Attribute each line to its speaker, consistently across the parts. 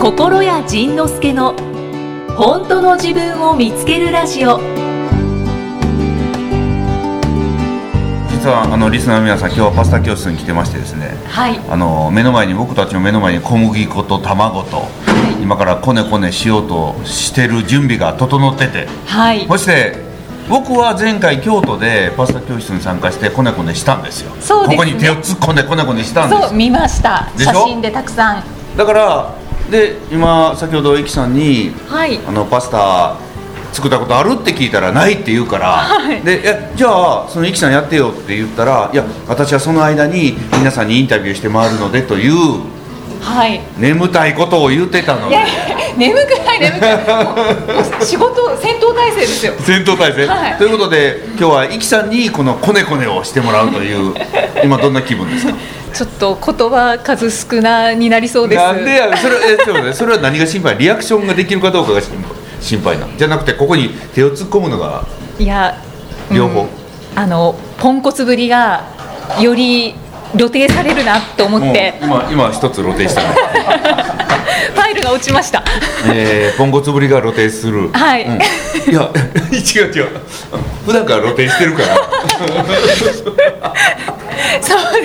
Speaker 1: 心谷仁之助の本当の自分を見つけるラジオ
Speaker 2: 実はあのリスナーの皆さん今日はパスタ教室に来てましてですね
Speaker 1: はい
Speaker 2: あの目の前に僕たちの目の前に小麦粉と卵と今からこねこねしようとしてる準備が整ってて
Speaker 1: はい
Speaker 2: そして僕は前回京都でパスタ教室に参加してこねこねしたんですよ
Speaker 1: そうですね
Speaker 2: ここに手を突っ込んでこねこねしたんです
Speaker 1: そう見ました
Speaker 2: でし
Speaker 1: 写
Speaker 2: ょ
Speaker 1: 真でたくさん
Speaker 2: だからで今先ほど駅さんに
Speaker 1: はい
Speaker 2: あのパスタ作ったことあるって聞いたらないって言うから、
Speaker 1: はい
Speaker 2: でえじゃあそのイキさんやってよって言ったらいや私はその間に皆さんにインタビューして回るのでという
Speaker 1: はい
Speaker 2: 眠たいことを言ってたの
Speaker 1: い
Speaker 2: で
Speaker 1: やいや眠くない眠くないもうもう仕事戦闘態勢ですよ
Speaker 2: 戦闘態勢、
Speaker 1: はい
Speaker 2: ということで今日はイキさんにこのコネコネをしてもらうという 今どんな気分ですか
Speaker 1: ちょっと言葉数少なになりそうです
Speaker 2: なんでやそれえちょっと待ってそれは何が心配リアクションができるかどうかが心配心配なのじゃなくてここに手を突っ込むのが
Speaker 1: いやうん
Speaker 2: 両方
Speaker 1: あのポンコツぶりがより露呈されるなと思って
Speaker 2: もう今今一つ露呈したの
Speaker 1: ファイルが落ちました
Speaker 2: えー、ポンコツぶりが露呈する
Speaker 1: はい
Speaker 2: うんいや 違う違う普段から露呈してるから
Speaker 1: そう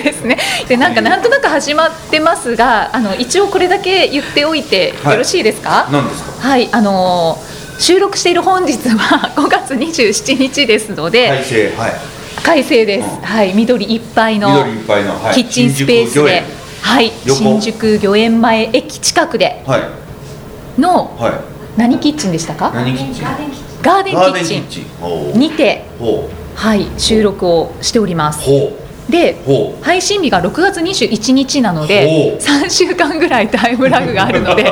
Speaker 1: ですね。で、なんかなんとなく始まってますが、あの一応これだけ言っておいて
Speaker 2: はい
Speaker 1: よろしいですか。
Speaker 2: 何ですか
Speaker 1: はい、あのー収録している本日は 5月27日ですので、
Speaker 2: 体勢はい
Speaker 1: 快晴です。
Speaker 2: うん
Speaker 1: はい、緑いっぱいの
Speaker 2: 緑いっぱいの、はい、
Speaker 1: キッチンスペース
Speaker 2: 新宿御
Speaker 1: で
Speaker 2: 苑、
Speaker 1: はい、
Speaker 2: 横
Speaker 1: 新宿御苑前駅近くで
Speaker 2: はい
Speaker 1: の
Speaker 2: はい
Speaker 1: 何キッチンでしたか？
Speaker 2: 何キッチン
Speaker 1: ガーデンキ
Speaker 2: ガーデ
Speaker 1: ッ
Speaker 2: ンキ
Speaker 1: チ
Speaker 2: ッチンほ
Speaker 1: ンにて、
Speaker 2: うほ
Speaker 1: はい、収録をしておりま
Speaker 2: う
Speaker 1: す。
Speaker 2: ほ
Speaker 1: で
Speaker 2: う、ほ
Speaker 1: 配信日が6月21日なので
Speaker 2: ほう
Speaker 1: 3週間ぐらいタイムラグがあるの で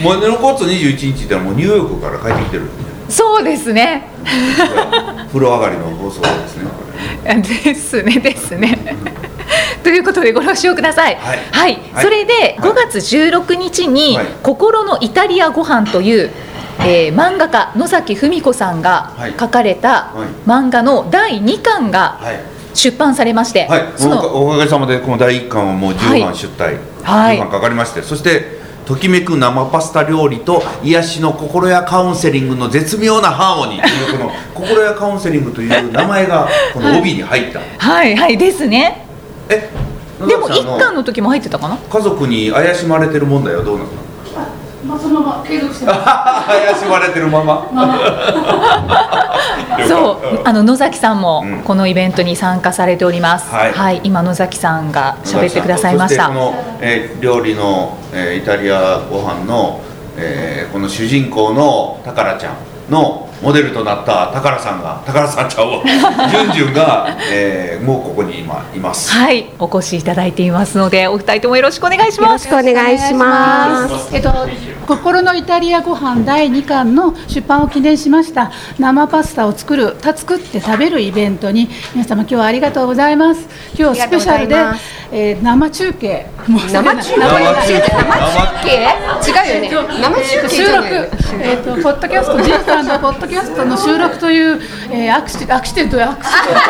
Speaker 2: うもう6月21日ってもうニューヨークから帰ってきてるんで
Speaker 1: そうですね
Speaker 2: 風呂上がりの放送ですねこれ
Speaker 1: ですねですね ということでご了承ください
Speaker 2: はいはい
Speaker 1: それで
Speaker 2: はい
Speaker 1: 5月16日に
Speaker 2: はい
Speaker 1: 「心のイタリアご飯という、えー漫画家野崎文子さんが
Speaker 2: はい
Speaker 1: 書かれた
Speaker 2: はい
Speaker 1: 漫画の第2巻が
Speaker 2: はい
Speaker 1: 出版されまして、
Speaker 2: はい、
Speaker 1: その
Speaker 2: おかおかげさまでこの第一巻はもう10
Speaker 1: は
Speaker 2: 万
Speaker 1: い
Speaker 2: 出退、
Speaker 1: はい
Speaker 2: 10万かかりましてそしてときめく生パスタ料理と癒しの心やカウンセリングの絶妙なハーモニーというこ の心やカウンセリングという名前がこの帯に入った、
Speaker 1: はいはいですね
Speaker 2: え
Speaker 1: でも
Speaker 2: 野崎さ
Speaker 1: 1
Speaker 2: んの
Speaker 1: 巻の時も入ってたかな
Speaker 2: 家族に怪しまれてる問題はどうなの
Speaker 3: まあ、そのまま継続してます。
Speaker 2: 怪しまれてるまま
Speaker 3: まあまあ、
Speaker 1: そう、あの野崎さんも
Speaker 2: うん
Speaker 1: このイベントに参加されております。は、
Speaker 2: はいい
Speaker 1: 今野崎さんが喋ってくださいまし
Speaker 2: そ
Speaker 1: た。
Speaker 2: してこの、えー料理の、えーイタリアご飯の、えーこの主人公のタカラちゃんのモデルとなったタカラさんがタカラさんちゃう わジュンジュンが、えーもうここに今います。
Speaker 1: はい、お越しいただいていますので、お二人ともよろしくお願いし
Speaker 4: よ
Speaker 1: ま
Speaker 4: ろ
Speaker 1: す。
Speaker 4: しくお願いします。
Speaker 3: えっと、心のイタリアご飯第2巻の出版を記念しました。生パスタを作る、た作って食べるイベントに、皆様今日はありがとうございます。今日スペシャルで
Speaker 4: ありがとうございます、
Speaker 3: えー生中継。もうそれな
Speaker 4: 生中継
Speaker 2: 継
Speaker 4: 違うよね。生
Speaker 3: えっと
Speaker 4: 中継
Speaker 3: 収
Speaker 4: じゃ
Speaker 3: 録
Speaker 4: ないよ。、
Speaker 3: えっと、ポッドキャスト、じいさんのポッドキャストの収録という、えー、アクシ、アクシデント、アクシデン
Speaker 1: ア
Speaker 3: ト。
Speaker 1: ク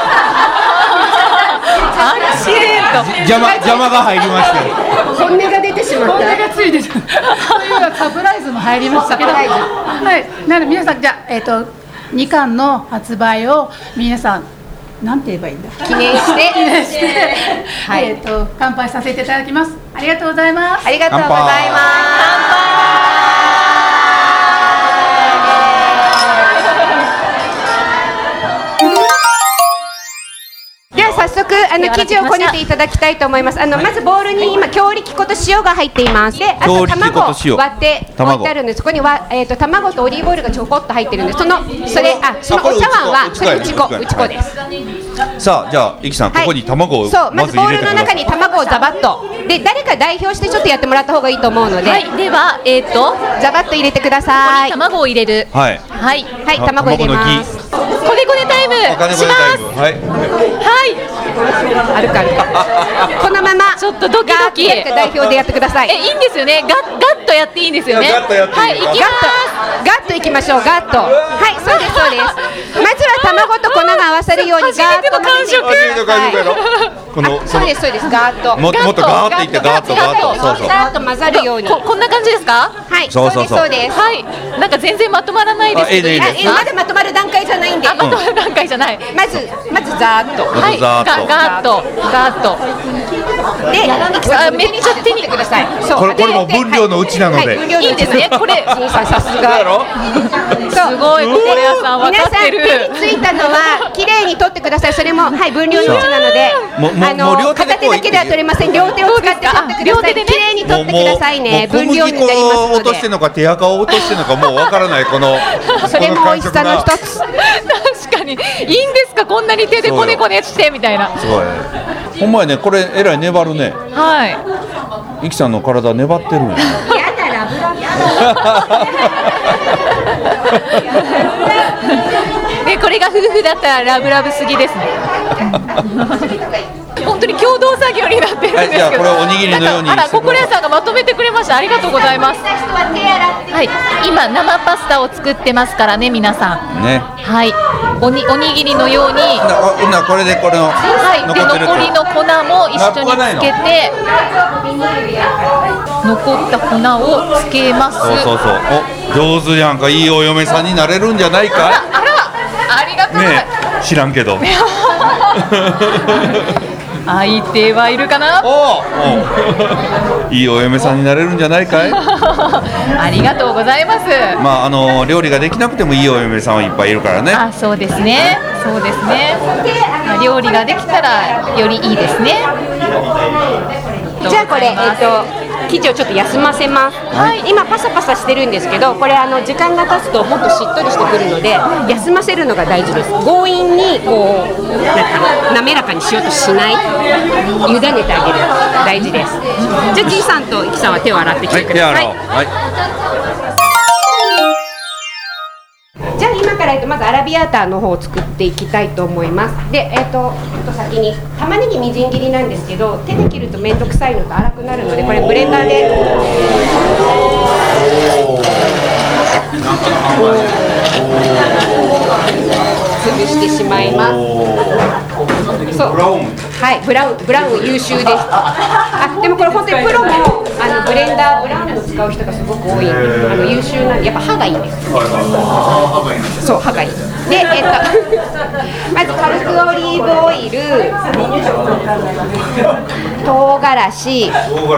Speaker 1: シデント。
Speaker 2: 邪魔邪魔が入りました
Speaker 4: 本音が出てしま
Speaker 3: こ
Speaker 4: っ
Speaker 3: んな
Speaker 4: た。
Speaker 3: がついてる。というかサプライズも入りましたけど。
Speaker 4: サプライズ
Speaker 3: はい。なので皆さんじゃあえっ、と2巻の発売を皆さんなんて言えばいいんだ。
Speaker 4: 記念して。
Speaker 3: はい。えっ、と乾杯させていただきます。ありがとうございます。
Speaker 4: ありがとうございます。では早速あの生地をこねていただきたいと思います。あのまずボウルに今強力粉と塩が入っています。で、あと
Speaker 2: 強力
Speaker 4: 卵
Speaker 2: 粉と塩
Speaker 4: を割って
Speaker 2: 卵
Speaker 4: 置いてあるんです。そこにはえっ、と卵とオリーブオイルがちょこっと入ってるんです。そのそれあそのお茶碗は
Speaker 2: あ
Speaker 4: こ
Speaker 2: これ
Speaker 4: れ
Speaker 2: う
Speaker 4: う
Speaker 2: ち
Speaker 4: ち
Speaker 2: こ
Speaker 4: こ
Speaker 2: う
Speaker 4: う
Speaker 2: ち
Speaker 4: ち
Speaker 2: こ
Speaker 4: こ
Speaker 2: で
Speaker 4: ですす。
Speaker 2: さあじゃあイキさんこ
Speaker 4: はい
Speaker 2: こに卵を
Speaker 4: そうま
Speaker 2: ま
Speaker 4: ず
Speaker 2: ず
Speaker 4: ボ
Speaker 2: 入
Speaker 4: ー
Speaker 2: れて
Speaker 4: ル
Speaker 2: くだ
Speaker 4: の
Speaker 2: さい、
Speaker 4: 中に卵をザバッとで誰か代表してちょっとやってもらった方がいいと思うので、
Speaker 1: はい、では、えっ、と、
Speaker 4: ザバッと入れてくださいは
Speaker 1: 卵を入れる。
Speaker 2: はい
Speaker 1: はい、
Speaker 4: い卵入れます
Speaker 2: す
Speaker 1: こねこねタイム
Speaker 2: お金
Speaker 1: し
Speaker 2: これタイ
Speaker 1: ま
Speaker 2: ム
Speaker 1: す。
Speaker 2: はい
Speaker 1: は
Speaker 4: あるかあるかこのまま
Speaker 1: ちょっとドキドキ
Speaker 4: ガーッとやって代表でやってくださ
Speaker 1: い、え、
Speaker 4: い
Speaker 1: いいんですよね。ガッ、ガッとやっていいんですよね。
Speaker 2: ガッとやっていい
Speaker 1: はい、いき
Speaker 4: ガッ
Speaker 1: ま
Speaker 4: とガッといきましょうガッとはいそ うですそうですまずは卵と粉が合わさるようにガ
Speaker 1: 初め
Speaker 4: ー
Speaker 1: て
Speaker 4: ッ
Speaker 1: の
Speaker 4: と
Speaker 1: 感触
Speaker 4: 混ぜてください
Speaker 2: 初めての感触やろこの
Speaker 4: そうですそうですガーッと
Speaker 2: ももっとガーッといってガーッとガーッとそうそう
Speaker 4: ガーッと混ざるように
Speaker 1: ここんな感じですか
Speaker 4: はい
Speaker 2: そ
Speaker 4: そう
Speaker 2: そう
Speaker 4: うで
Speaker 2: そ
Speaker 4: す
Speaker 2: う
Speaker 4: そうです
Speaker 1: はいなんか全然まとまらないですけど
Speaker 2: あいいねいいね
Speaker 1: い
Speaker 4: えまだまとまる段階じゃないんで
Speaker 1: あまとまる段階じゃない、
Speaker 4: まずまずザーッと
Speaker 1: はい
Speaker 2: ざ
Speaker 1: ガ
Speaker 2: ーっと
Speaker 1: ガーッとガーッと
Speaker 4: で
Speaker 1: あめっちゃ手に
Speaker 4: くださいそう
Speaker 2: これこれも
Speaker 4: で
Speaker 2: 分量のうちなので
Speaker 4: はい分量のうち
Speaker 1: いいですねこれ
Speaker 4: そうささすが
Speaker 2: だろ
Speaker 1: すごい心屋さん分
Speaker 4: 皆
Speaker 1: か
Speaker 4: さん
Speaker 1: って
Speaker 4: 手
Speaker 1: る
Speaker 4: についたのは綺麗に取ってください。それもはい分量のうちなので、
Speaker 2: もも
Speaker 4: あの
Speaker 2: もう両手で
Speaker 4: 片
Speaker 2: こ
Speaker 4: 手
Speaker 2: う
Speaker 4: だけでは取れません。両手を使って取ってくだ
Speaker 1: 両
Speaker 4: さ
Speaker 1: 手
Speaker 4: い。
Speaker 1: でね
Speaker 4: 綺麗に取って
Speaker 2: もう
Speaker 4: くださいね。
Speaker 2: もう
Speaker 4: 分量になります
Speaker 2: 小麦粉を
Speaker 4: の
Speaker 2: 落として
Speaker 4: で
Speaker 2: ん。のか手垢を落としてんのかもうわからないこの
Speaker 4: それも美味しさの
Speaker 2: こ感
Speaker 4: 一
Speaker 2: 覚が
Speaker 4: つ。
Speaker 1: 確かにいいんですかこんなに手でこねこねしてみたいな
Speaker 2: すごいほんまやねこれえらい粘るね
Speaker 1: はい
Speaker 2: イキさんの体粘ってるんやね
Speaker 4: やだラブラブ。
Speaker 1: でこれが夫婦だったらラブラブすぎ ですね本当に共同作業になってるんですけど、
Speaker 2: はいじゃあこれをおにぎりのように
Speaker 1: なんかあら
Speaker 2: してください
Speaker 1: 心屋さんがまとめてくれましたありがとうございますはい今生パスタを作ってますからね皆さんはいおにおにぎりのようには
Speaker 2: なおなこれでこれの
Speaker 1: いで
Speaker 2: 残ってる
Speaker 1: 残りの粉も一緒につけて残った粉をつけます
Speaker 2: そうそうそうお上手やんかいいお嫁さんになれるんじゃないか
Speaker 1: あらありがとうござい
Speaker 2: ね
Speaker 1: ます、
Speaker 2: え知らんけど
Speaker 1: 相手はいるかな
Speaker 2: おおいいお嫁さんになれるんじゃないかい
Speaker 1: ありがとうございます。
Speaker 2: まああの料理ができなくてもいいお嫁さんはいっぱいいるからね
Speaker 1: あ、そうですね。そうですね。まあ料理ができたらよりいいですね。
Speaker 4: じゃあこれ、えっと、生地をちょっと休ませます、今パサパサしてるんですけどこれあの時間が経つともっとしっとりしてくるので休ませるのが大事です強引にこうなんか滑らかにしようとしない委ねてあげる大事ですじゃあじいさんといきさんは手を洗ってき
Speaker 2: は
Speaker 4: て
Speaker 2: い
Speaker 4: く
Speaker 2: 手
Speaker 4: ださい、
Speaker 2: 洗おうはい
Speaker 4: じゃあ今からえっとまずアラビアータの方を作っていきたいと思いますでえっとちょっと先に玉ねぎみじん切りなんですけど手で切ると面倒くさいのと粗くなるのでこれブレンダーで潰してしまいますそうはいブラウンブラウン優秀ですあでもこれ本当にプロもあのブレンダーブラウンを使う人がすごく多いあの優秀なんでやっぱ歯がいいんですそう、歯がいい。で、えっと、 まず軽くオリーブオイル、唐辛子、
Speaker 2: 唐辛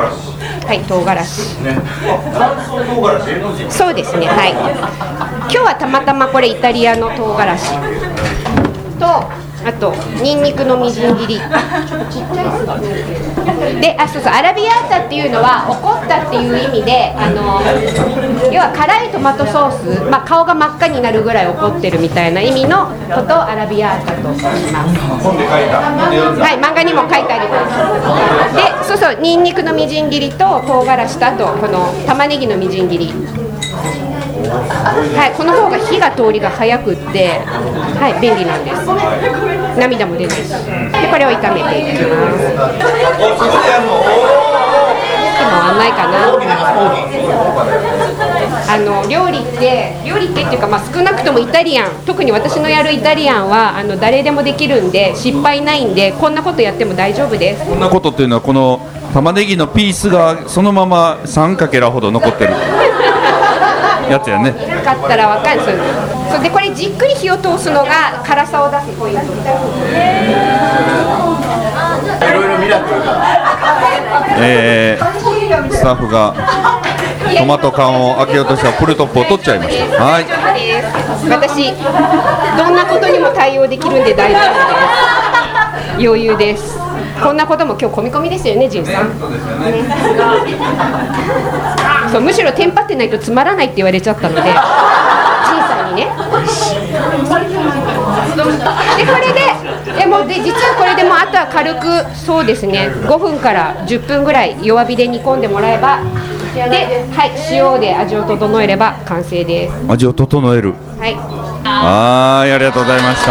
Speaker 4: はい、唐辛子。
Speaker 2: 子ね唐辛子の字
Speaker 4: そうですね、はい。今日はたまたまこれイタリアの唐辛子と、あとニンニクのみじん切り。で、あ、そうそう、アラビアータっていうのは怒ったっていう意味で、あの要は辛いトマトソース、まあ顔が真っ赤になるぐらい怒ってるみたいな意味のことをアラビアータと言います。
Speaker 2: 本で書いた本で読んだ
Speaker 4: はい、漫画にも書いてあります。で、そうそう、ニンニクのみじん切りと唐辛子とあとこの玉ねぎのみじん切り。はい、この方が火が通りが早くって、はい、便利なんです。涙も出ないし。で、これを炒めていきます。
Speaker 2: おそこでやんの
Speaker 4: でもあんないかな。あの料理って料理ってっていうかまあ少なくともイタリアン特に私のやるイタリアンはあの誰でもできるんで失敗ないんでこんなことやっても大丈夫です
Speaker 2: こんなことっていうのはこの玉ねぎのピースがそのまま3かけらほど残ってるやつやね
Speaker 4: なかったらわかんないそうそうでこれじっくり火を通すのが辛さを出すポイント
Speaker 2: えー、スタッフがトマト缶を開けようとしたらプルトップを取っちゃいましたはい
Speaker 4: 私どんなことにも対応できるんで大丈夫です余裕ですこんなことも今日込み込みですよねジンさんそうむしろテンパってないとつまらないって言われちゃったのでじいさんにねでこれでえもうで実はこれでもうあとは軽くそうですね5分から10分ぐらい弱火で煮込んでもらえばで、はい、塩で味を整えれば完成です
Speaker 2: 味を整える
Speaker 4: はい
Speaker 2: はーいありがとうございました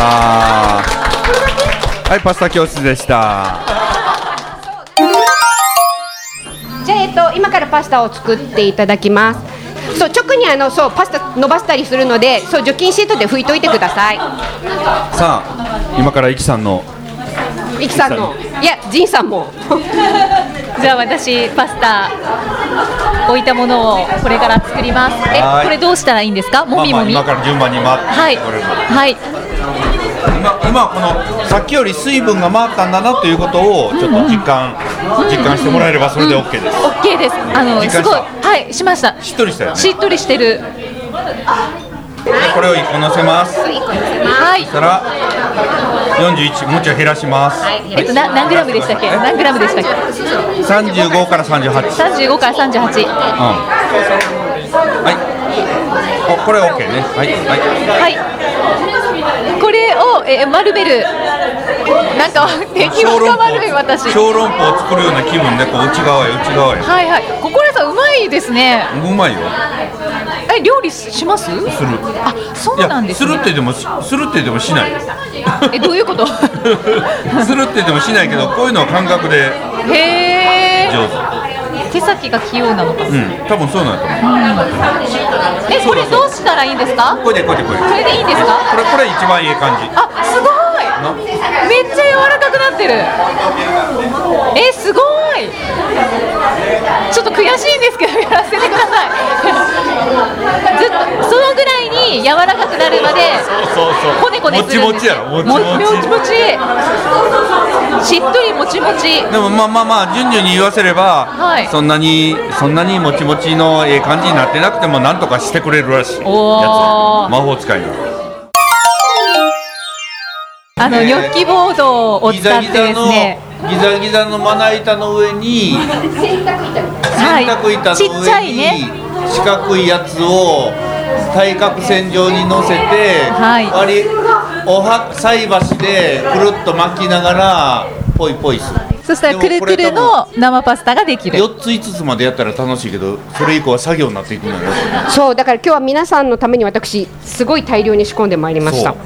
Speaker 2: はいパスタ教室でした
Speaker 4: じゃあ、えっと、今からパスタを作っていただきますそう直にあのそうパスタ伸ばしたりするのでそう除菌シートで拭いといてください
Speaker 2: さあ今からイキさんの
Speaker 4: いきさんのいや仁さんも
Speaker 1: じゃあ私パスタ置いたものをこれから作りますえ
Speaker 2: はーい
Speaker 1: これどうしたらいいんですかもみもみ
Speaker 2: まあまあ今から順番に回って
Speaker 1: はい
Speaker 2: これる
Speaker 1: はい
Speaker 2: 今今このさっきより水分が回ったんだなということをちょっと実感、実感してもらえればそれで OK です、
Speaker 1: オッケーですあのす
Speaker 2: 実感した
Speaker 1: ごいはいしました
Speaker 2: しっとりしたよね
Speaker 1: しっとりしてる
Speaker 2: これを1個乗せます
Speaker 1: はい
Speaker 2: そしたら41もうちょい減らします
Speaker 1: えっとな何グラムでしたっけ何グラムでしたっけ
Speaker 2: 35から38
Speaker 1: 三十五から三十八
Speaker 2: うんはいおこれ OK ねはいはい
Speaker 1: はいこれをえ丸めるなんか 出来が悪い私は
Speaker 2: 小籠包を作るような気分でこう内側へ内側へ
Speaker 1: いはいここらさんうまいですね
Speaker 2: うまいよ
Speaker 1: え料理しますするあそう
Speaker 2: い
Speaker 1: なん
Speaker 2: や
Speaker 1: です
Speaker 2: す
Speaker 1: ね
Speaker 2: るって言ってもしするって言っても しないよ
Speaker 1: えどういう こと
Speaker 2: するって言ってもしないけどこういうのは感覚で
Speaker 1: へえ
Speaker 2: 上手
Speaker 1: 手先が器用なのかな
Speaker 2: うん多分そうなんだと思う
Speaker 1: えこれどうしたらいいんですか
Speaker 2: これでこれでこれで
Speaker 1: それでいいんです
Speaker 2: こ
Speaker 1: か
Speaker 2: れこれ一番いい感じ
Speaker 1: あすごいめっちゃ柔らかくなってるえすごいちょっと悔しいんですけどやらせてください ずっとそのぐらいに柔らかくなるまで
Speaker 2: そうそう
Speaker 1: こねこねするんですよ
Speaker 2: もちもちやろもちもち
Speaker 1: ももちもちしっとりもちもち
Speaker 2: でもまあまあまあ順々に言わせれば、
Speaker 1: はい
Speaker 2: そんなにそんなにもちもちのええ感じになってなくてもなんとかしてくれるらしいやつ
Speaker 1: おー
Speaker 2: 魔法使いの
Speaker 1: あのニョッキボードを使
Speaker 2: ギ
Speaker 1: っ
Speaker 2: ザ
Speaker 1: て
Speaker 2: ギ
Speaker 1: です
Speaker 2: ザの
Speaker 1: ね
Speaker 2: ギザギザのまな板の上に
Speaker 1: はい
Speaker 2: 洗濯板
Speaker 1: ち
Speaker 2: の
Speaker 1: っちゃ
Speaker 2: 上
Speaker 1: い
Speaker 2: に
Speaker 1: ね
Speaker 2: 四角いやつを対角線上に乗せて、
Speaker 1: はい
Speaker 2: 割りおは菜箸でくるっと巻きながらポイポイする
Speaker 1: そしたらくるく
Speaker 2: で
Speaker 1: る
Speaker 2: もこれ多分
Speaker 1: の生パスタができる
Speaker 2: 4つ5つまでやったら楽しいけどそれ以降は作業になっていくのよ
Speaker 4: そうだから今日は皆さんのために私すごい大量に仕込んでまいりました
Speaker 2: そう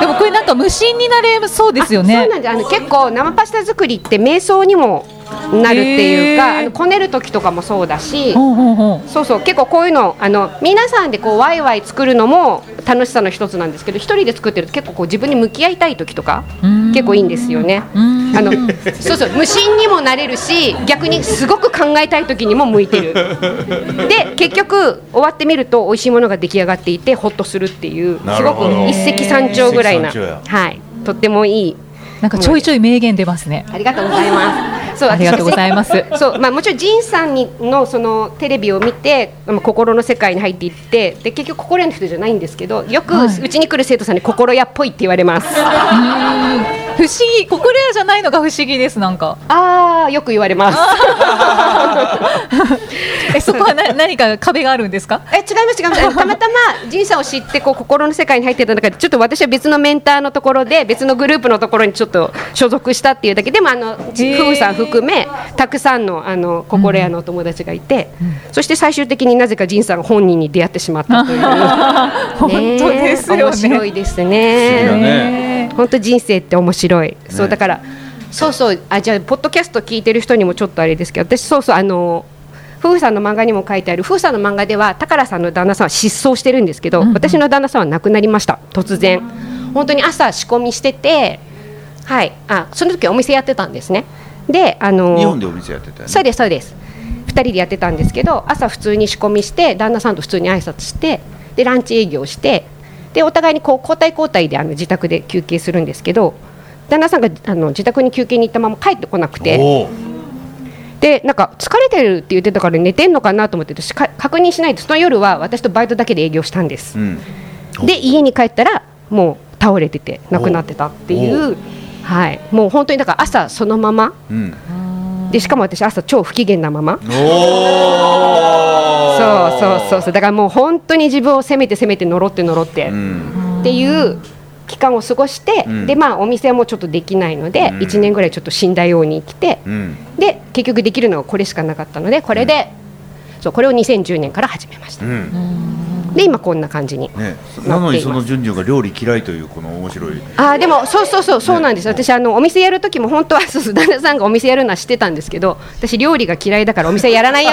Speaker 1: でもこれなんか無心になれそうですよね
Speaker 4: そうなんですあの結構生パスタ作りって瞑想にもなるっていう
Speaker 1: へー
Speaker 4: かあのこねる時とかもそうだし
Speaker 1: ほうほうほ
Speaker 4: そうそう結構こういうのあの皆さんでこうワイワイ作るのも楽しさの一つなんですけど一人で作ってると結構こう自分に向き合いたい時とか
Speaker 1: ん
Speaker 4: 結構いいんですよね。
Speaker 1: ううん
Speaker 4: あのそうそう無心にもなれるし逆にすごく考えたい時にも向いてるで結局終わってみると美味しいものが出来上がっていてホッとするっていう
Speaker 2: な
Speaker 4: す
Speaker 2: る
Speaker 4: ご
Speaker 2: ほ
Speaker 4: く
Speaker 2: ど
Speaker 4: 一石三鳥ぐらいな、
Speaker 2: 一石三鳥
Speaker 4: はい、とってもいい
Speaker 1: なんかちょいちょい名言出ますね
Speaker 4: ありがとうございます。そう
Speaker 1: ありがとうございます
Speaker 4: そうまあもちろんジンさんにのそのテレビを見て、まあ、心の世界に入っていってで結局心屋の人じゃないんですけどよく
Speaker 1: はいう
Speaker 4: ちに来る生徒さんに心屋っぽいって言われます。
Speaker 1: 不思議国レアじゃないのが不思議ですなんか
Speaker 4: ああよく言わ れます。
Speaker 1: えそこはな何か壁があるんですか
Speaker 4: え違いま す違いますあのたまたま仁さんを知ってこう心の世界に入ってた中でちょっと私は別のメンターのところで別のグループのところにちょっと所属したっていうだけでもあの夫
Speaker 1: へー
Speaker 4: 婦さん含めたくさんのあの心屋のお友達がいて、そして最終的になぜか仁さん本人に出会ってしまったという
Speaker 1: 本当ですよね
Speaker 4: 面白いです
Speaker 2: 不思議だ
Speaker 4: ね
Speaker 2: ね
Speaker 4: 本当人生って面白い、そうだからそうそうあじゃあポッドキャスト聞いてる人にもちょっとあれですけど私そうそうあの夫婦さんの漫画にも書いてある夫婦さんの漫画では宝さんの旦那さんは失踪してるんですけど、私の旦那さんは亡くなりました突然本当に朝仕込みしててはいあその時はお店やってたんですねであの
Speaker 2: 日本でお店やってたよね
Speaker 4: そうですそうです2人でやってたんですけど朝普通に仕込みして旦那さんと普通に挨拶してでランチ営業してでお互いにこう交代交代であの自宅で休憩するんですけど旦那さんがあの自宅に休憩に行ったまま帰ってこなくて
Speaker 2: おお
Speaker 4: でなんか疲れてるって言ってたから寝てんのかなと思ってしか確認しないとその夜は私とバイトだけで営業したんで
Speaker 2: う、
Speaker 4: す
Speaker 2: ん
Speaker 4: で家に帰ったらもう倒れてて亡くなってたってい
Speaker 2: お
Speaker 4: う、はい、もう本当にだから朝そのまま
Speaker 2: うん
Speaker 4: でしかも私朝超不機嫌なまま
Speaker 2: おお
Speaker 4: そうそうそうそうだからもう本当に自分を責めて責めて呪って呪って、
Speaker 2: ん
Speaker 4: っていう期間を過ごして、
Speaker 2: ん
Speaker 4: でまあお店もちょっとできないので、
Speaker 2: うん
Speaker 4: 1年ぐらいちょっと死んだように生きて、
Speaker 2: うん
Speaker 4: で結局できるのがこれしかなかったのでこれで、そうこれを2010年から始めました、
Speaker 2: うん
Speaker 4: で今こんな感じに、
Speaker 2: ねなのにその順々が料理嫌いというこの面白い
Speaker 4: あーでもそうそうそうそうなんです、私あのお店やる時も本当はそうそう旦那さんがお店やるのは知ってたんですけど私料理が嫌いだからお店やらないよ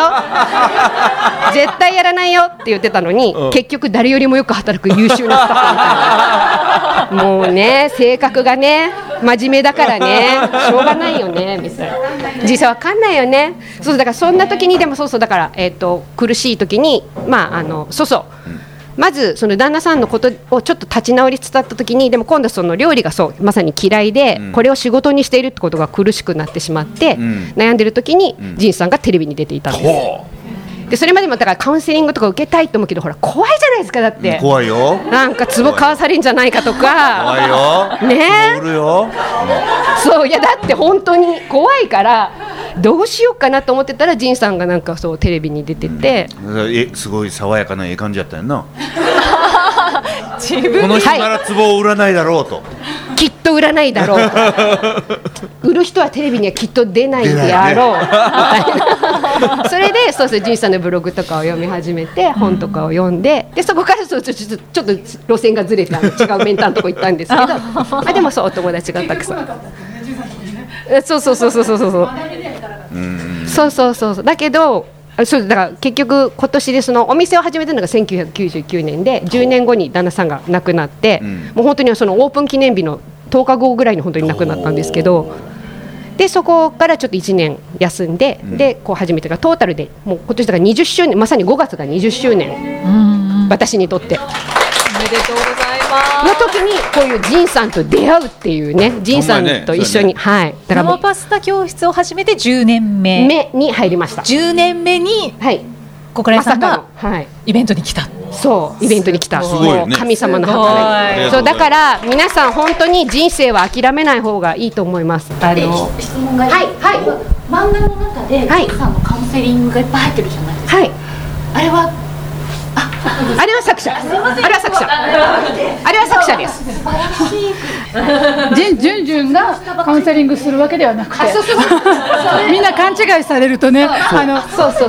Speaker 4: 絶対やらないよって言ってたのに、
Speaker 2: うん
Speaker 4: 結局 誰よりもよく働く優秀なスタッフみたいなもうね性格がね真面目だから ねしょうがないよねみたいな実際わかんないよねそうだからそんな時にでもそうそうだから、えー、と苦しい時にまああのそうそうまずその旦那さんのことをちょっと立ち直りつつあった時にでも今度その料理がそうまさに嫌いで、これを仕事にしているってことが苦しくなってしまって、悩んでる時に、仁さんがテレビに出ていたんです。
Speaker 2: ほ
Speaker 4: でそれまでもだからカウンセリングとか受けたいと思うけどほら怖いじゃないですかだっ
Speaker 2: う
Speaker 4: て
Speaker 2: 怖いよ
Speaker 4: なんか壺買わされんじゃないかと
Speaker 2: 怖い
Speaker 4: か
Speaker 2: よ
Speaker 4: ね
Speaker 2: お
Speaker 4: え
Speaker 2: るよ
Speaker 4: そういやだって本当に怖いからどうしようかなと思ってたら仁さんがなんかそうテレビに出てて、
Speaker 2: えすごい爽やかなええ感じやったよな
Speaker 1: 自分
Speaker 2: この人なら壺を売らないだろうと
Speaker 4: きっと売らないだろ う売る人はテレビにはきっと出ないであろう、みたいなそれでそうですね仁さんのブログとかを読み始めて本とかを読んででそこからそうちょちょちょっと路線がずれた違うメンターのとこ行ったんですけど あでもそうお友達がたくさん。えそうそうそうそうそうそうそう。そうそうそうそうだけどあそうだから結局今年でそのお店を始めたのが1999年で10年後に旦那さんが亡くなって、
Speaker 2: ん
Speaker 4: もう本当にそのオープン記念日の10日後ぐらいに本当に亡くなったんですけどでそこからちょっと1年休んで、でこう始めてからトータルでもう今年だから20周年まさに5月が20周年、私にとって。
Speaker 1: おめでとうござい
Speaker 4: の
Speaker 1: ます
Speaker 4: 時にこういうジンさんと出会うっていうねジンさんと一緒に、はいだからも
Speaker 1: 生
Speaker 4: う
Speaker 1: パスタ教室を始めて10年目
Speaker 4: 目に入りました。
Speaker 1: 10年目に
Speaker 4: はい
Speaker 1: 小倉井
Speaker 4: ま
Speaker 1: さ
Speaker 4: さ
Speaker 1: ん
Speaker 4: か
Speaker 1: が
Speaker 4: の、はい、
Speaker 1: イベントに来た
Speaker 4: そうイベントに来た
Speaker 1: す
Speaker 2: ごいね
Speaker 4: もう神様の働
Speaker 1: す
Speaker 4: き
Speaker 1: ごい
Speaker 4: そうだから皆さん本当に人生は諦めない方がいいと思います
Speaker 1: あの
Speaker 5: 質問が
Speaker 4: はいはい
Speaker 5: 漫画の中で、
Speaker 4: はい
Speaker 5: ジンさんのカウンセリングがいっぱい入ってるじゃないです
Speaker 4: はい
Speaker 5: か。あれは
Speaker 4: あれは作者あれは作者あれは作者です
Speaker 3: ジェンジュンジュンがカウンセリングするわけではなくて
Speaker 4: そうそう
Speaker 3: みんな勘違いされるとねあの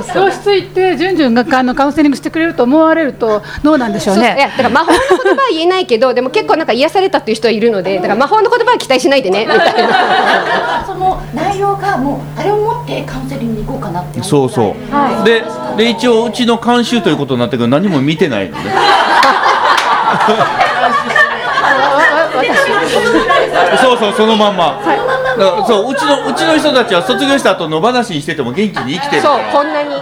Speaker 3: 教室行ってジュンジュンがあのカウンセリングしてくれると思われるとどうなんでしょう
Speaker 4: そういや
Speaker 3: ね
Speaker 4: だから魔法の言葉は言えないけどでも結構なんか癒されたっていう人はいるのでだから魔法の言葉は期待しないでねみたいな
Speaker 5: その内容がもうあれを持ってカウンセリングに行こうかなって思
Speaker 2: そうそう、でで一応うちの監修ということになってるけど何も見てない のねそうそうそのまんま、だからそううちのうちの人たちは卒業した後野放しにしてても元気に生きてる
Speaker 4: そうこんなに
Speaker 1: よ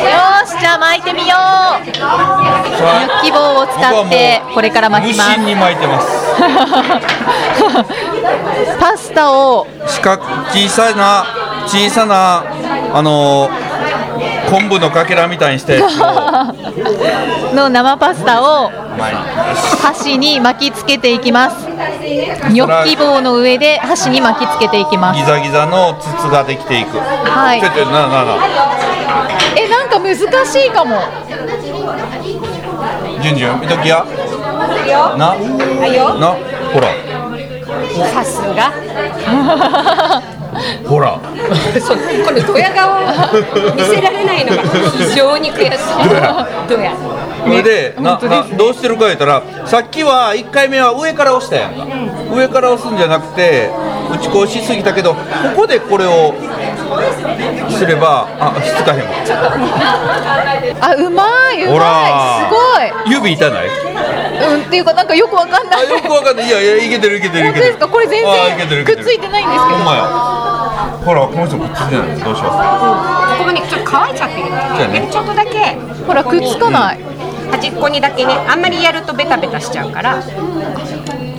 Speaker 1: ーしじゃあ巻いてみよう希望を伝ってこれから巻きます
Speaker 2: 無心に巻いてます
Speaker 1: パスタを
Speaker 2: 四角小さな小さなあのー昆布のかけらみたい にして
Speaker 1: の生パスタを箸に巻きつけていきますニョッキ棒の上で箸に巻きつけていきます
Speaker 2: ギザギザの筒ができていく
Speaker 1: はい
Speaker 2: ちょっとななな
Speaker 1: えなんか難しいかも
Speaker 2: じゅんじゅん見ときやななほら
Speaker 4: さすが
Speaker 2: ほら
Speaker 4: そうこのドヤ顔を見せられないのが非常に悔し いドヤ
Speaker 2: それでななどうしてるか言ったらさっきは1回目は上から押したやんか、上から押すんじゃなくて打ち越しすぎたけどここでこれをすればあしつかへんわ
Speaker 1: あうまいう
Speaker 2: ほ
Speaker 1: ま
Speaker 2: ら
Speaker 1: い
Speaker 2: 指痛ない
Speaker 1: すごいうんっていうかなんかよくわかんな
Speaker 2: あ
Speaker 1: い
Speaker 2: よくわかんないいやいやいけてるいけてるい
Speaker 1: 本当
Speaker 2: けて
Speaker 1: で
Speaker 2: る
Speaker 1: すかこれ全
Speaker 2: あいけて
Speaker 1: 然
Speaker 2: るいけ
Speaker 1: く
Speaker 2: て
Speaker 1: っ
Speaker 2: る
Speaker 1: ついてないんですけど
Speaker 2: ほんまやほらこの人くっついてないどうしよう
Speaker 4: ここにちょっと乾いちゃってる
Speaker 2: うやね
Speaker 4: でちょっとだけ
Speaker 1: ほらくっつかない
Speaker 4: 端っこにだけねあんまりやるとベタベタしちゃうから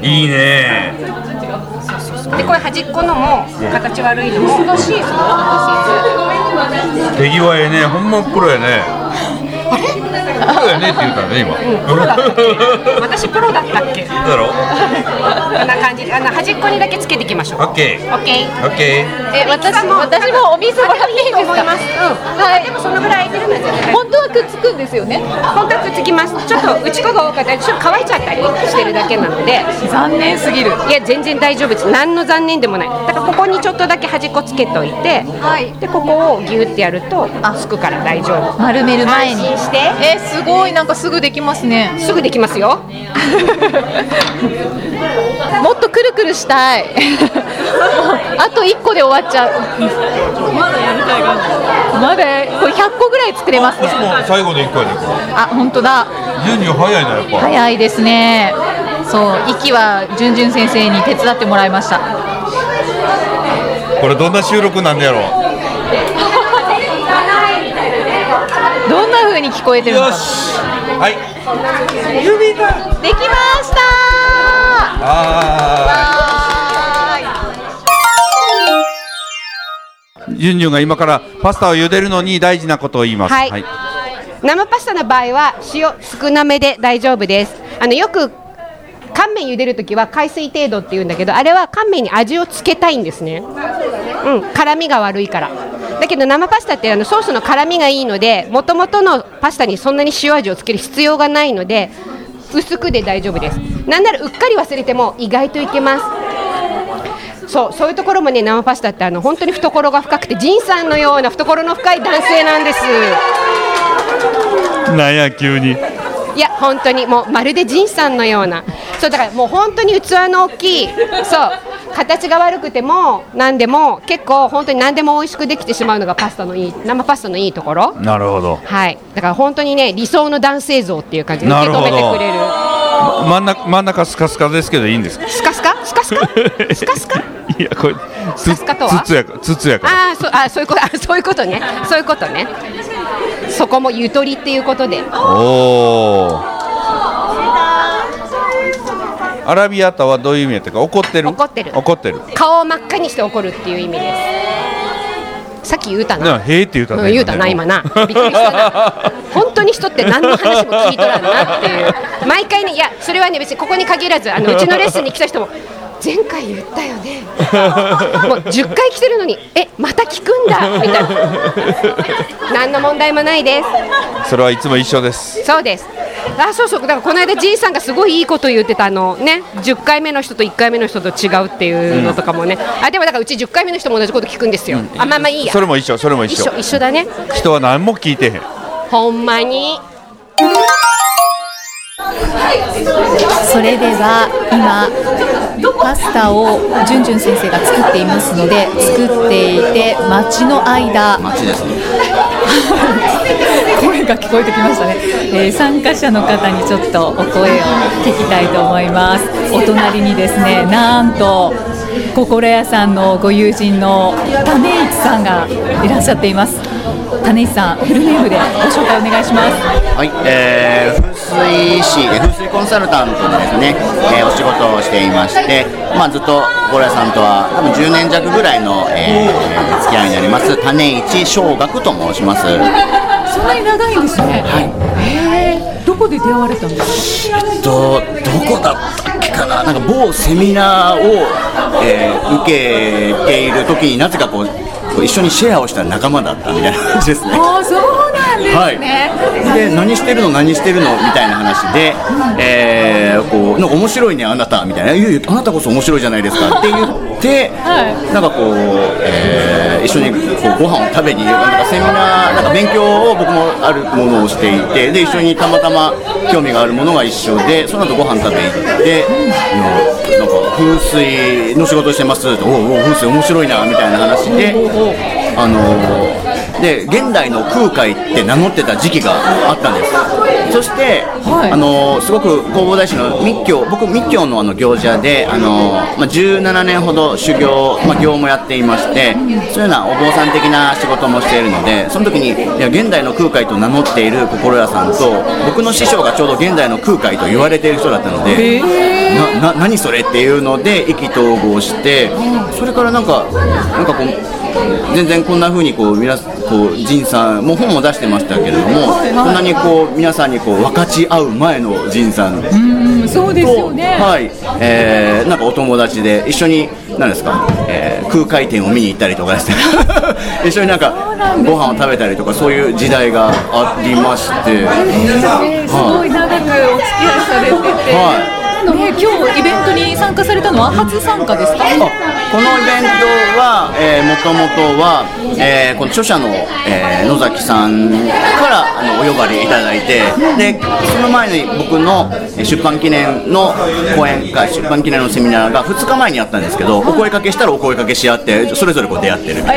Speaker 4: で
Speaker 2: いいね
Speaker 4: これ端っこのも形悪いのも難しい
Speaker 2: 手際ええねほんまプロやねプロやねって言うたらね今
Speaker 4: 私プロだったっけこ
Speaker 2: だろ
Speaker 4: んな感じであの端っこにだけつけていきましょう
Speaker 2: オッケ
Speaker 4: オッケー
Speaker 2: ーオッケー
Speaker 1: え私私もお水もらっていいです
Speaker 4: 思い
Speaker 1: か
Speaker 4: ます、うん
Speaker 1: はい
Speaker 4: でもそのぐらい空いてるのじゃない
Speaker 1: 本当はくっつくんですよね
Speaker 4: 本当はくっつきますちょっと内子が多かったりちょっと乾いちゃったりしてるだけなので
Speaker 1: 残念すぎる
Speaker 4: いや全然大丈夫です何の残念でもないだからここにちょっとだけ端っこつけといて、でここをギュってやるとつくから大丈夫
Speaker 1: 丸める前に
Speaker 4: 安心して
Speaker 1: えすごいなんかすぐできますね
Speaker 4: すぐできますよ
Speaker 1: もっとくるくるしたいあと1個で終わっちゃうまだやりたいまだこれ100個ぐらい作れますね
Speaker 2: も最後で一回でいくわ
Speaker 1: あ本当だ
Speaker 2: 順序早いなやっぱ
Speaker 1: 早いですねそう息はじゅんじゅん先生に手伝ってもらいました
Speaker 2: これどんな収録なんだやろ
Speaker 1: どんな風に聞こえてるのか
Speaker 2: はい指が
Speaker 1: できました
Speaker 2: あ
Speaker 1: は
Speaker 2: ージュンジュンが今からパスタを茹でるのに大事なことを言います
Speaker 4: はい生パスタの場合は塩少なめで大丈夫ですあのよく乾麺茹でるときは海水程度って言うんだけどあれは乾麺に味をつけたいんですねうん辛みが悪いからだけど生パスタってあのソースの辛みがいいのでもともとのパスタにそんなに塩味をつける必要がないので薄くで大丈夫ですなんならうっかり忘れても意外といけますそうそういうところもね生パスタってあの本当に懐が深くて仁さんのような懐の深い男性なんです
Speaker 2: なんや急に
Speaker 4: いや本当にもうまるで仁さんのようなそうだからもう本当に器の大きいそう形が悪くても何でも結構本当に何でも美味しくできてしまうのがパスタのいい生パスタのいいところ
Speaker 2: なるほど
Speaker 4: はいだから本当にね理想の男性像っていう感じで
Speaker 2: な
Speaker 4: 受
Speaker 2: る
Speaker 4: け
Speaker 2: ほど
Speaker 4: 止めてくれる
Speaker 2: 真ん中真ん中スカスカですけどいいんですか
Speaker 4: スカスカスカスカスカスカ
Speaker 2: いやこれ
Speaker 4: スカスカとは
Speaker 2: つつやかつつやから
Speaker 4: ああそうあーそういうことあーそういうことねそういうことねそこもゆとりっていうことで
Speaker 2: おおアラビアータはどういう意味やったか怒ってる
Speaker 4: 怒ってる
Speaker 2: 怒ってる
Speaker 4: 顔を真っ赤にして怒るっていう意味ですさっき言うたな
Speaker 2: なへえって言うた
Speaker 4: うん、言うたな今なびっくりしたな本当に人って何の話も聞いとらんなっていう毎回ねいやそれはね別にここに限らずあのうちのレッスンに来た人も前回言ったよねもう10回来てるのにえまた聞くんだみたいな何の問題もないで す
Speaker 2: それはいつも一緒です
Speaker 4: そうです。あ、そうそう、だからこの間じいさんがすごいいいこと言ってたあのね、10回目の人と1回目の人と違うっていうのとかもね。あ、でもだからうち10回目の人も同じこと聞くんですよ。あ、まあまあいいや
Speaker 2: そ。れも一緒それも一
Speaker 4: 一
Speaker 2: 緒
Speaker 4: 緒一緒だね。
Speaker 2: 人は何も聞いてへん
Speaker 4: ほんまに。
Speaker 6: それでは今パスタをじゅんじゅん先生が作っていますので作っていて待ちの間
Speaker 7: 街ですね
Speaker 6: 声が聞こえてきましたね、えー参加者の方にちょっとお声を聞きたいと思いますお隣にですねなんと心屋さんのご友人の種市さんがいらっしゃっています種市さんフルネームでご紹介お願いします
Speaker 7: はい、えー、風水師、えー風水コンサルタントのですね、えーお仕事をしていまして、まあ、ずっとゴラさんとは多分10年弱ぐらいの、えー付き合いになります、種市小学と申します。
Speaker 6: そんなに長いんですねはいどこで出会われたんですか
Speaker 7: とどこだったっけかななんか某セミナーを、えー受けている時になぜかこうこう一緒にシェアをした仲間だったみたいな感じですね。
Speaker 6: あそうなんです
Speaker 7: はい
Speaker 6: ね、
Speaker 7: で何してるの何してるのみたいな話で、えーこうなんか面白いねあなたみたいな「いやいやあなたこそ面白いじゃないですか」って言って、なんかこう、えー一緒にこうご飯を食べになんかセミナーなんか勉強を僕もあるものをしていてで一緒にたまたま興味があるものが一緒でその後ご飯食べに行って「いやなんか風水の仕事してます」って「おうおう風水面白いな」みたいな話で。あので現代の空海って名乗ってた時期があったんですそして、
Speaker 6: はい
Speaker 7: あのすごく弘法大師の密教僕密教のあの行者で、あのまあ、17年ほど修行、まあ、行もやっていましてそういうようなお坊さん的な仕事もしているのでその時にいや現代の空海と名乗っている心屋さんと僕の師匠がちょうど現代の空海と言われている人だったので。なな何それっていうので意気投合してそれからなんかなんかこう全然こんな風にこう皆さんこう仁さんもう本も出してましたけれどもこんなにこう皆さんにこう分かち合う前の仁さん
Speaker 6: うんそうですよね、
Speaker 7: はい、えーなんかお友達で一緒に何ですか、えー空海展を見に行ったりとかですね 一緒になんかご飯を食べたりとかそういう時代がありまして、
Speaker 6: すごい長くお付き合いされてて、ね、今日イベントに参加されたのは初参加ですか
Speaker 7: このイベントは、えー、もともとは、えーこの著者の、えー野崎さんからあのお呼ばれいただいてでその前に僕のえー出版記念の講演会出版記念のセミナーが2日前にあったんですけどお声かけしたらお声かけし合ってそれぞれこう出会ってるみた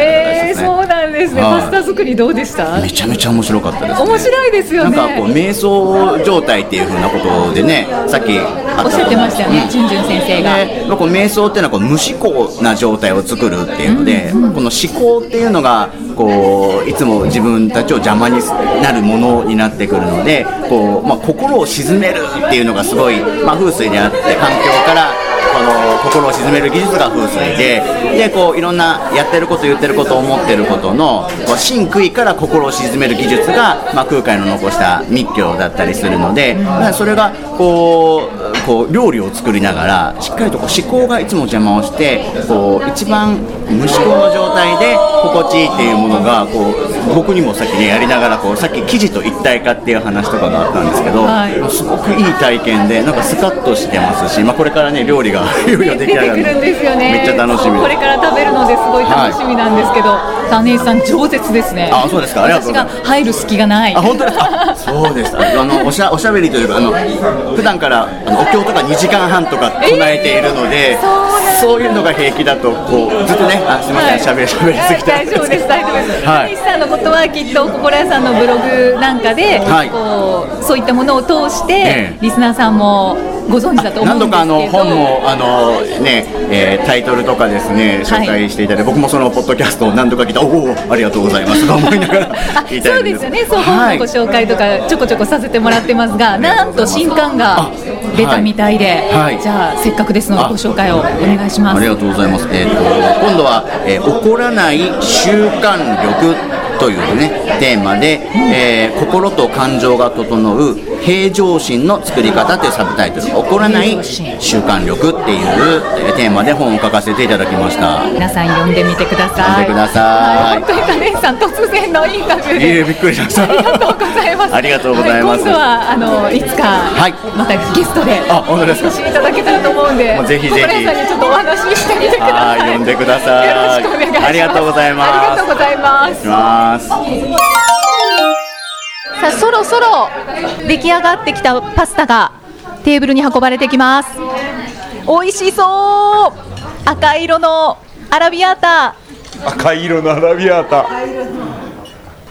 Speaker 6: えー、
Speaker 7: いな形ですね。
Speaker 6: そうなんですね、
Speaker 1: ですね。
Speaker 7: はい
Speaker 1: パスタ作りどうでした？
Speaker 7: めちゃめちゃ面白かったです、ね。
Speaker 1: 面白いですよね
Speaker 7: なんかこう瞑想状態っていう風なことでね、さっきあ
Speaker 1: おっしゃってましたよね、じゅんじゅん先生が。
Speaker 7: でまあこう瞑想っていうのはこう無思考な状態を作るっていうので、この思考っていうのがこういつも自分たちを邪魔になるものになってくるのでこう、まあ、心を沈めるっていうのがすごい、まあ、風水であって環境からこの心を沈める技術が風水ででこういろんなやってること言ってること思ってることのこう真悔いから心を沈める技術が、まあ、空海の残した密教だったりするので、まあそれがこうこう料理を作りながらしっかりとこう思考がいつも邪魔をしてこう一番無思考の状態で心地いいっていうものがこう僕にもさっきねやりながらこうさっき生地と一体化っていう話とかがあったんですけど、
Speaker 1: はい
Speaker 7: もうすごくいい体験でなんかスカッとしてますし、まあ、これからね料理がいよいよ
Speaker 1: 出
Speaker 7: 出来
Speaker 1: て
Speaker 7: 上が
Speaker 1: く
Speaker 7: る
Speaker 1: るんですよね。
Speaker 7: めっちゃ楽しみ
Speaker 1: これから食べるのですごい楽しみなんですけど、種井さん饒舌ですね。
Speaker 7: あそうですかありがとう
Speaker 1: 私
Speaker 7: ござい
Speaker 1: が
Speaker 7: ます
Speaker 1: 入る隙がない。
Speaker 7: あ本当ですか。あ そうでした。あのおしゃおしゃべりというかあの普段からあのお経とか2時間半とか唱えているので、そういうのが平気だとこうずっとねあすみませんしゃべりしゃべりすぎて
Speaker 1: 大丈夫です、大丈夫です。
Speaker 7: は
Speaker 1: 谷
Speaker 7: い
Speaker 1: 石さんのことはきっと心屋さんのブログなんかで、
Speaker 7: はい
Speaker 1: こうそういったものを通して、
Speaker 7: ええ
Speaker 1: リスナーさんもご存知だと思う
Speaker 7: 何
Speaker 1: んですけど。
Speaker 7: 度かあの本もあの、ねえータイトルとかですね
Speaker 1: はい
Speaker 7: 紹介していただいて、僕もそのポッドキャストを何度か聞いたおおーありがとうございますとか思いながら
Speaker 1: あ
Speaker 7: 聞いた
Speaker 1: そう
Speaker 7: り
Speaker 1: ですよね、そう本のご紹介とかちょこちょこさせてもらってますが、なんと新刊が出たみたいで、
Speaker 7: はいはい
Speaker 1: じゃあせっかくですので
Speaker 7: あ
Speaker 1: ご紹介をお願いしま
Speaker 7: あ
Speaker 1: す
Speaker 7: り。がとうございます。えっ、と今度は、えー怒らない習慣力というねテーマで、えー心と感情が整う平常心の作り方というサブタイトル怒らない習慣力っていうえーテーマで本を書かせていただきました。
Speaker 1: 皆さん読んでみてくださ
Speaker 7: 読
Speaker 1: い。
Speaker 7: んでください
Speaker 1: はい本当にカレンさん突然のインタビュー
Speaker 7: いえいえ
Speaker 1: で。
Speaker 7: びっくりしました
Speaker 1: ありがとうございます。
Speaker 7: ありがとうございます
Speaker 1: は今度はあのいつか、
Speaker 7: い
Speaker 1: またゲストで
Speaker 7: あ本当です
Speaker 1: お
Speaker 7: か
Speaker 1: 越しいただけたらと思うんで、
Speaker 7: もうぜひぜひ
Speaker 1: カレンさんにちょっとお話ししてみてくださ。
Speaker 7: はいい読んでください
Speaker 1: よろしくお願いします。
Speaker 7: ありがとうございます
Speaker 1: ありがとうございます
Speaker 7: いき。ます。
Speaker 8: さあそろそろ出来上がってきたパスタがテーブルに運ばれてきます美味しそう赤色のアラビアータ
Speaker 2: 赤色のアラビアータ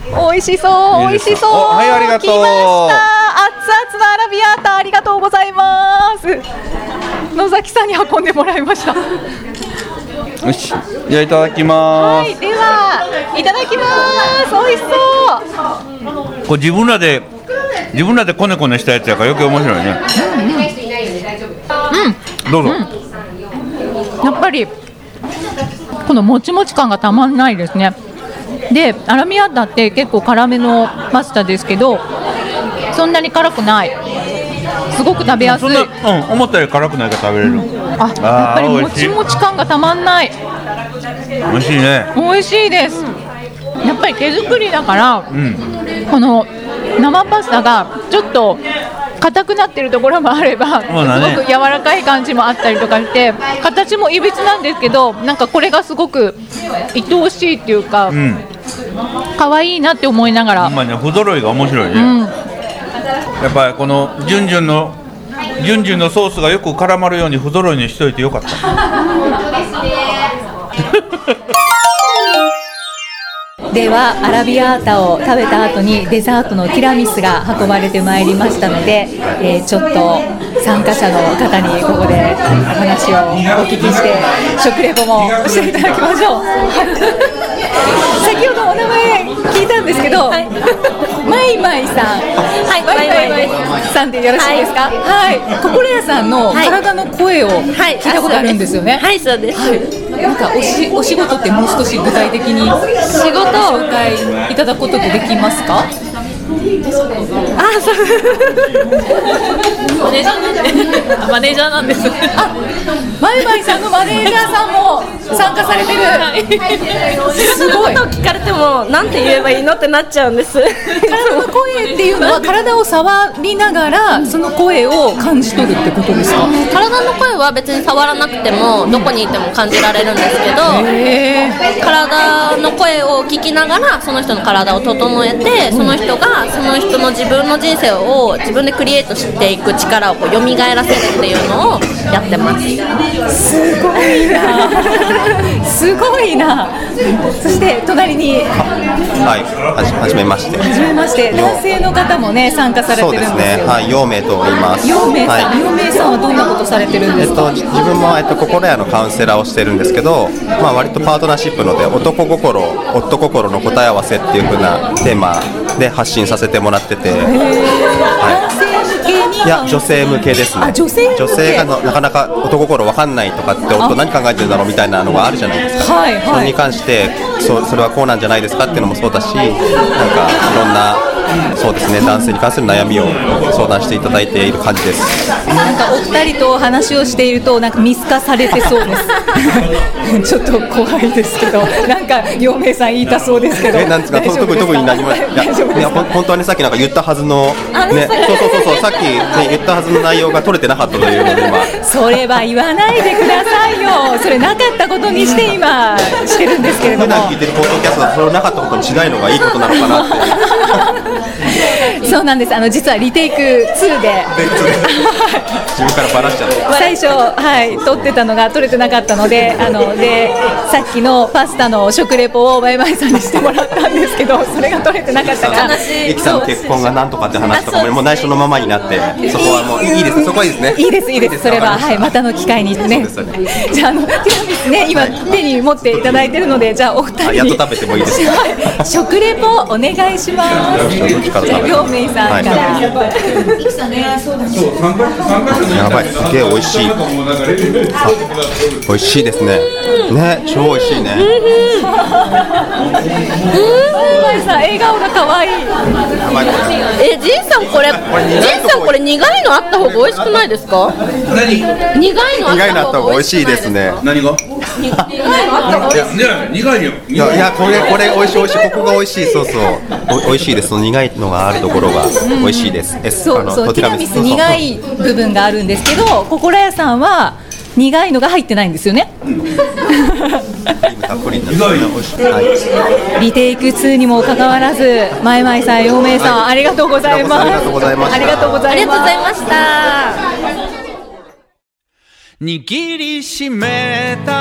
Speaker 8: 美味しそう
Speaker 2: い
Speaker 8: 美
Speaker 2: いで
Speaker 8: 味
Speaker 2: すか
Speaker 8: しそう
Speaker 2: おはいありがとう
Speaker 8: 来ました熱々のアラビアータありがとうございます野崎さんに運んでもらいましたは
Speaker 2: よしじゃあいただきま
Speaker 8: いではいただきます美味しそう
Speaker 2: すこれ自分らで自分らでコネコネしたやつやから余計面白いねうんどうぞ
Speaker 9: やっぱりこのもちもち感がたまんないですねでアラミアッタって結構辛めのパスタですけどそんなに辛くないすごく食べやすい
Speaker 2: そんなうん思ったより辛くないから食べれる
Speaker 9: あやっぱり
Speaker 2: 美
Speaker 9: も
Speaker 2: 味し
Speaker 9: ち
Speaker 2: い
Speaker 9: もち感がたまんない
Speaker 2: 美味しいね
Speaker 9: 美味しいですやっぱり手作りだから
Speaker 2: うん
Speaker 9: この生パスタがちょっと硬くなってるところもあれば、
Speaker 2: うだね
Speaker 9: すごく柔らかい感じもあったりとかして形もいびつなんですけどなんかこれがすごく愛おしいっていうか
Speaker 2: うん
Speaker 9: 可愛いなって思いなが
Speaker 2: ほ
Speaker 9: ら
Speaker 2: んまにね不揃いが面白いね、
Speaker 9: ん
Speaker 2: やっぱりこのジュンジュンのジュンジュンのソースがよく絡まるように不揃いにしといてよかった
Speaker 1: ではアラビアータを食べた後にデザートのティラミスが運ばれてまいりましたので、えーちょっと参加者の方にここでお話をお聞きして食レポもしていただきましょう 先ほどお名前聞いたんですけど、マイマイさんはいマイマイさんでよろしいですかはい心屋さんの体の声を聞いたことあるんですよねはいそうです、なんかおしお仕事ってもう少し具体的に仕事を紹介いただくことってできますか
Speaker 9: マネージャーなんでマネージャーなんです
Speaker 1: マイマイさんのマネージャーさんも参加されてるすごい
Speaker 10: と聞かれてもなんて言えばいいのってなっちゃうんです
Speaker 1: 体の声っていうのは体を触りながらその声を感じ取るってことですか
Speaker 10: 体の声は別に触らなくてもどこにいても感じられるんですけど体の声を聞きながらその人の体を整えてその人がその人の自分の人生を自分でクリエイトしていく力をこう蘇らせるっていうのをやってます
Speaker 1: いいな すごいな。そして隣に
Speaker 7: はい、はじはじめまして。
Speaker 1: 初めまして男性の方もね参加され
Speaker 7: そう
Speaker 1: て
Speaker 7: で
Speaker 1: る
Speaker 7: す
Speaker 1: んです
Speaker 7: ね。
Speaker 1: よ。
Speaker 7: はい、陽明と言います。
Speaker 1: 陽明
Speaker 7: はい
Speaker 1: さん、陽明さんはどんなことされてるんで
Speaker 7: え
Speaker 1: す
Speaker 7: っ
Speaker 1: か。
Speaker 7: と、じ自分も、えっと、心屋のカウンセラーをしてるんですけど、まあ、割とパートナーシップので男心夫心の答え合わせっていう風なテーマで発信させてもらってて、はい、いや女性向けですね
Speaker 1: あ女性向け
Speaker 7: がのなかなか男心わかんないとかって夫何考えてるんだろうみたいなのがあるじゃないですか、
Speaker 1: はいはい
Speaker 7: それに関してそうそれはこうなんじゃないですかっていうのもそうだしなんかいろんなそうですね男性に関する悩みを相談していただいている感じです。
Speaker 1: なんかお二人とお話をしているとなんか見透かされてそう です。ちょっと怖いですけど、なんか陽明さん言いたそうですけど。
Speaker 7: えなんですか
Speaker 1: 大
Speaker 7: と
Speaker 1: 丈夫
Speaker 7: 特に
Speaker 1: ですか
Speaker 7: 特に何もいや
Speaker 1: 大丈夫
Speaker 7: い
Speaker 1: です
Speaker 7: やほ
Speaker 1: か
Speaker 7: ん。本当はねさっきなんか言ったはずの
Speaker 1: あれ
Speaker 7: ねそうそうそうそうさっき、ね、言ったはずの内容が取れてなかったというので今
Speaker 1: それは言わないでくださいよ。それなかったことにして今してるんですけれど
Speaker 7: 普
Speaker 1: も。
Speaker 7: 段聞いてるポッドキャストだとそれをなかったことにしないのがいいことなのかなって
Speaker 1: そうなんです。あの実はリテイク2で
Speaker 7: 自分からバラしちゃって
Speaker 1: 最初、はい、撮ってたのが撮れてなかったのであのでさっきのパスタの食レポをバイバイさんにしてもらったんですけどそれが撮れてなかったから
Speaker 7: ゆきさんの結婚がなんとかって話とかももう内緒のままになってそこはもういいですねそこはいいですね
Speaker 1: いいですいいですそれは、はい、またの機会にね
Speaker 7: そうで
Speaker 1: じゃああのティラミスね今手に持っていただいてるのでじゃあお二人
Speaker 7: あ
Speaker 1: に
Speaker 7: やっと食べてもいいですか
Speaker 1: はい食レポお願いします
Speaker 7: ちょっとどっちから食べる
Speaker 1: 両名さんから、
Speaker 7: は
Speaker 2: そう参加参加者の
Speaker 7: やばいすげえ美味しい美味しいですねね超美味しいね
Speaker 1: バイバイさん笑顔が可愛い
Speaker 7: やばいこ れ
Speaker 10: えジンさんこれジンさんこれ苦いのあった方が美味しくないですか
Speaker 2: 何
Speaker 10: 苦いのあっ
Speaker 7: 意外
Speaker 10: た
Speaker 7: な
Speaker 10: 方
Speaker 7: った方が
Speaker 10: が美
Speaker 7: 美
Speaker 10: 味
Speaker 7: 味し
Speaker 10: し
Speaker 7: いで
Speaker 10: くないですすか
Speaker 7: ね
Speaker 2: 何が
Speaker 10: 苦いのあった方が
Speaker 2: いやね苦いよ
Speaker 7: いやいやこれこれ美味しい美味しいここが美味しいそうそうお美味しいですその苦いのがあるところが美味しいですえ
Speaker 1: そ
Speaker 7: あ
Speaker 1: う
Speaker 7: の
Speaker 1: そう
Speaker 7: ト
Speaker 1: ティラミス苦い部分があるんですけど心屋さんは苦いのが入ってないんですよね
Speaker 7: クリームたっぷりになって美味しいはい
Speaker 1: リテイク2にもかかわらずまいまいさん、陽明さんありがとうございます
Speaker 7: ありがとうございました
Speaker 1: ありがとうござ
Speaker 10: あり
Speaker 1: い
Speaker 10: がとう
Speaker 1: ます
Speaker 10: ございました
Speaker 11: 握りしめた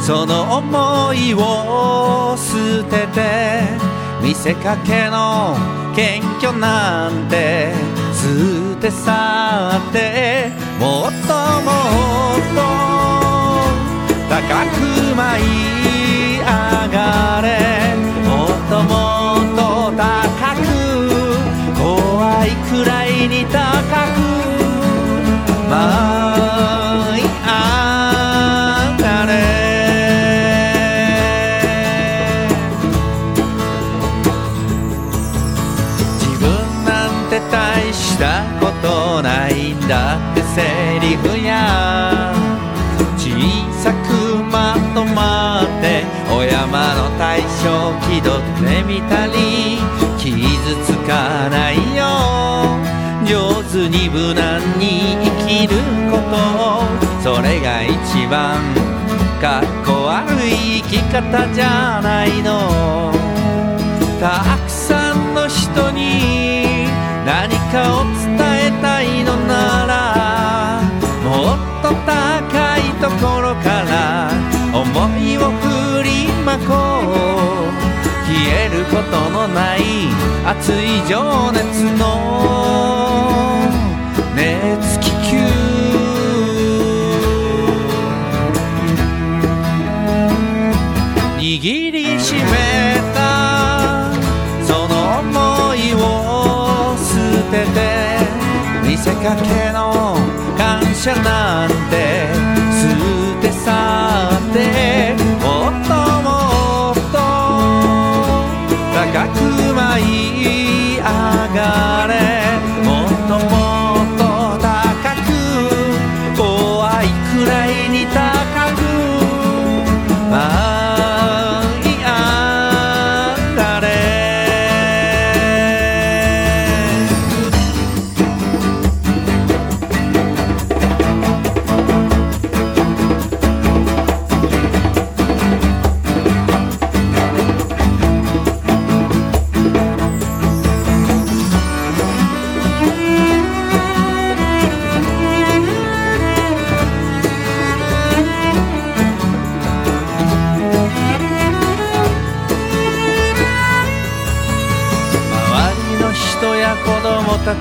Speaker 11: その思いを捨てて見せかけの謙虚なんて捨て去ってもっともっと高く舞い上がれもっともっと高く怖いくらいに高く舞い上がれ自分なんて大したことないんだってセリフや小さくまとまってお山の大将気取ってみたり傷つかないよ上手に無難に生きることそれが一番かっこ悪い生き方じゃないのたくさんの人に何かを伝えたいのならもっと高いところから思いを振りまこう消えることのない熱い情熱の熱気球握りしめたその思いを捨てて見せかけの感謝なんて捨て去ってもっともっと高く舞い上がれもっともっと高く怖いくらいに高く舞い上がれ
Speaker 7: 「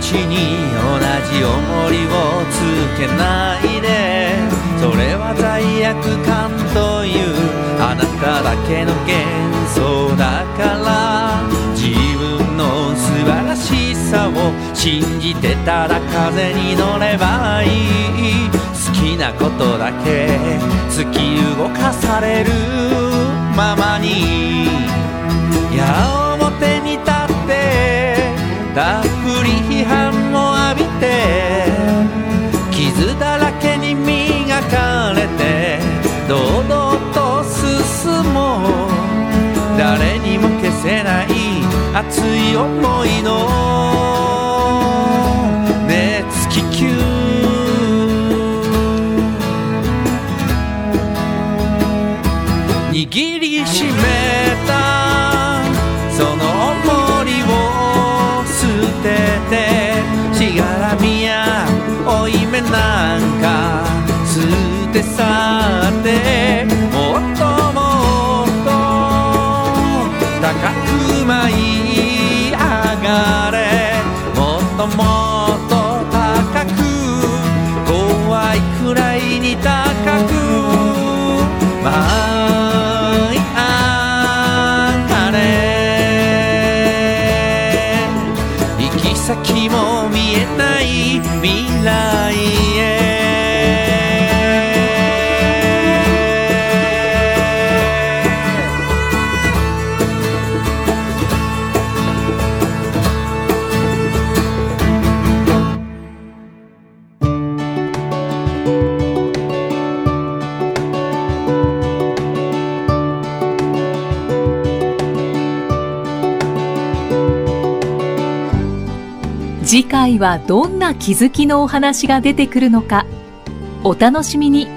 Speaker 11: ちに同じ重りをつけないでそれは罪悪感というあなただけの幻想だから自分の素晴らしさを信じてたら風に乗ればいい好きなことだけ突き動かされるままにいや表に立ってたっぷり批判を浴びて傷だらけに磨かれて堂々と進もう誰にも消せない熱い思いの熱気球握りしめたその重りを捨ててしがらみや負い目なんか捨て去ってもっともっと高く舞い上がれもっともっと高く怖いくらいに高く舞い上がれ行き先も見えない未来へ
Speaker 12: 次回はどんな気づきのお話が出てくるのかお楽しみに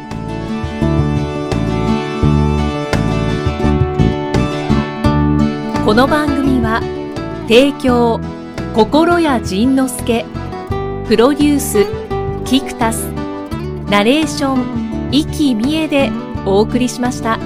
Speaker 12: この番組は提供心谷仁之助プロデュースキクタスナレーション生きみえでお送りしました。